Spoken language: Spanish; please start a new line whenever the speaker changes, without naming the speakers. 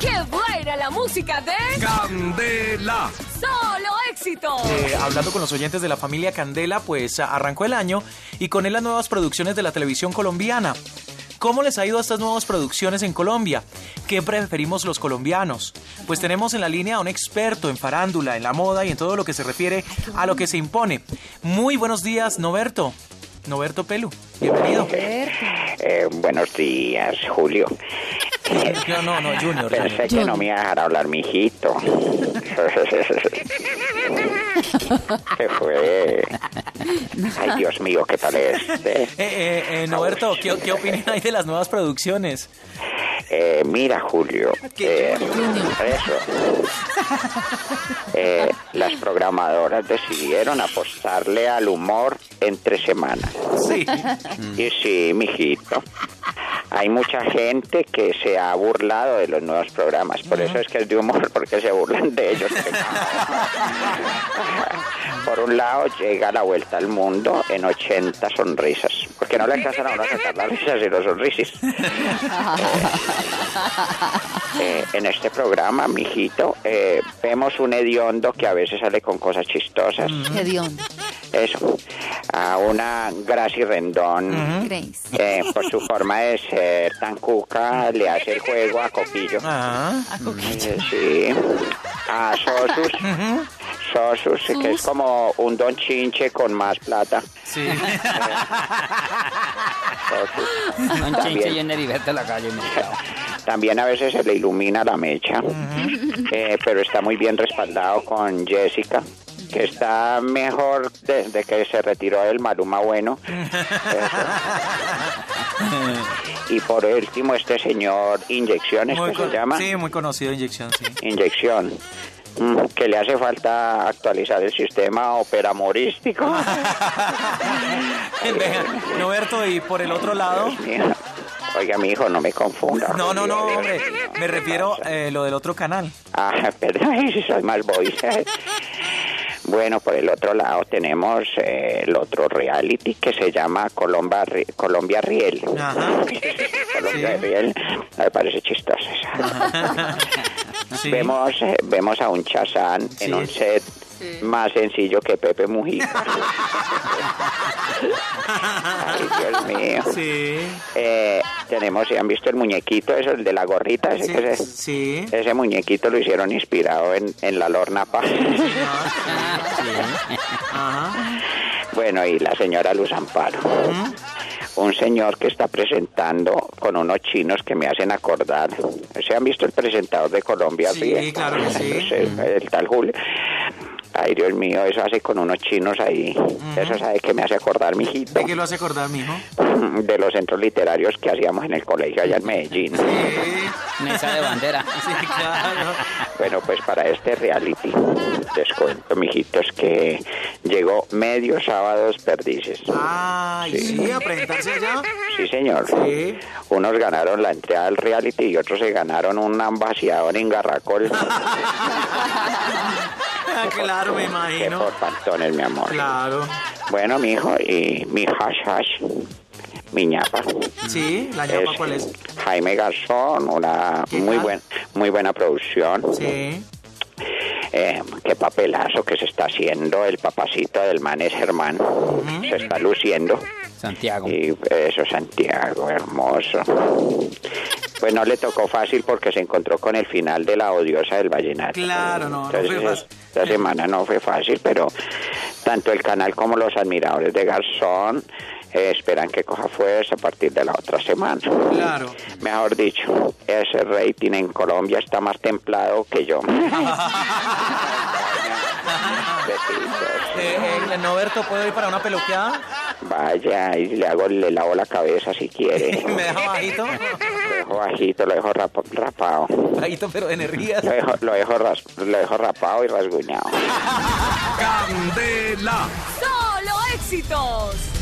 ¡Qué buena la música de
Candela.
Solo Éxito!
Eh, hablando con los oyentes de la familia Candela, pues a- arrancó el año y con él las nuevas producciones de la televisión colombiana. ¿Cómo les ha ido a estas nuevas producciones en Colombia? ¿Qué preferimos los colombianos? Pues tenemos en la línea a un experto en farándula, en la moda y en todo lo que se refiere a lo que se impone. Muy buenos días, Noberto. Noberto Pelu, bienvenido.
Eh, buenos días, Julio.
No, no, no, Junior.
Pensé
Junior.
que no me iba a dejar hablar, mijito. ¿Qué fue? Ay, Dios mío, ¿qué tal es? Eh,
Eh, eh, eh, Noberto, ¿qué, ¿qué opinión hay de las nuevas producciones?
eh, mira, Julio. eh, eso. Eh, las programadoras decidieron apostarle al humor entre semanas.
Sí.
Y sí, mijito. Hay mucha gente que se ha burlado de los nuevos programas. Por eso es que es de humor, porque se burlan de ellos. Por un lado, llega la vuelta al mundo en 80 sonrisas. Porque no le alcanzan a uno a sacar las risas y los sonrisis. Eh, en este programa, mijito, eh, vemos un hediondo que a veces sale con cosas chistosas.
Mm.
Qué dion,
Eso. A una Gracie Rendón.
Mm.
Grace.
Eh, por su forma de ser tan cuca, le hace el juego a Coquillo.
Ah,
Eh, sí. A Sosus. Sosus, que es como un don chinche con más plata. Eh,
sí.
Sosus.
Un chinche y una libreta en la calle. mi chavo.
También a veces se le ilumina la mecha, Eh, pero está muy bien respaldado con Jessica, que está mejor desde que se retiró del Maluma Bueno. Eso. Y por último, este señor Inyecciones,
Muy
que se
con-
llama.
sí, muy conocido, inyección, sí.
inyección. Mm, Que le hace falta actualizar el sistema operamorístico.
Ah, Venga, Roberto, y por el otro lado.
Mira, Oiga, mi hijo, no me confunda.
No, no, no,
Dios,
hombre.
Dios,
Me
¿qué
refiero
pasa?
a lo del otro canal.
Ah, perdón, ay, sí soy más boy. bueno, por el otro lado tenemos eh, el otro reality que se llama Colomba, Ri- Colombia Riel.
Ajá.
Colombia
Sí.
Riel, me parece chistoso. esa.
Sí.
Vemos, eh, vemos a un chazán
Sí.
en un set más sencillo que Pepe Mujica. Ay, Dios mío.
Sí.
Eh, tenemos, ¿han visto el muñequito? Eso, el de la gorrita. Ese,
Sí.
que se-
sí.
ese muñequito lo hicieron inspirado en, en la Lorna Paz.
Ajá.
bueno, y la señora Luz Amparo. Un señor que está presentando con unos chinos que me hacen acordar. ¿Se han visto el presentador de Colombia?
Sí, claro que sí.
Entonces, el tal Julio. Ay, Dios mío, eso hace con unos chinos ahí. Eso sabe que me hace acordar, mijito.
¿De qué lo hace acordar, mijo?
de los centros literarios que hacíamos en el colegio allá en Medellín.
Sí.
Mesa de bandera.
Sí, claro.
Bueno, pues para este reality, les cuento, mijitos, que llegó medio sábados perdices.
Ay, sí, a presentarse allá.
Sí, señor.
Sí.
Unos ganaron la entrada al reality y otros se ganaron un ambaciador en Garracol.
Ah, Claro, me
que
imagino.
por pantones, mi amor.
Claro.
Bueno, mi hijo, y mi hash hash, mi ñapa.
Sí, la llama, ¿cuál es?
Jaime Garzón, una
¿Qué
muy
tal?
buena, muy buena producción.
Sí.
Eh, qué papelazo que se está haciendo el papacito del man es Germán. Se está luciendo.
Santiago.
Y eh, eso, Santiago, hermoso. Pues no le tocó fácil porque se encontró con el final de la odiosa del vallenato.
Claro, no, no fue fácil.
Esta semana no fue fácil, pero tanto el canal como los admiradores de Garzón eh, esperan que coja fuerza a partir de la otra semana.
Claro.
Mejor dicho, ese rating en Colombia está más templado que yo. Besitos.
Eh, eh, Noberto, ¿puedo ir para una peluqueada?
Vaya, y le hago, le lavo la cabeza si quiere.
¿Me deja bajito?
Lo dejo bajito, lo dejo rapa- rapado.
Bajito, pero de energías.
Lo dejo, lo, dejo ras- lo dejo rapado y rasguñado.
Candela.
¡Solo éxitos!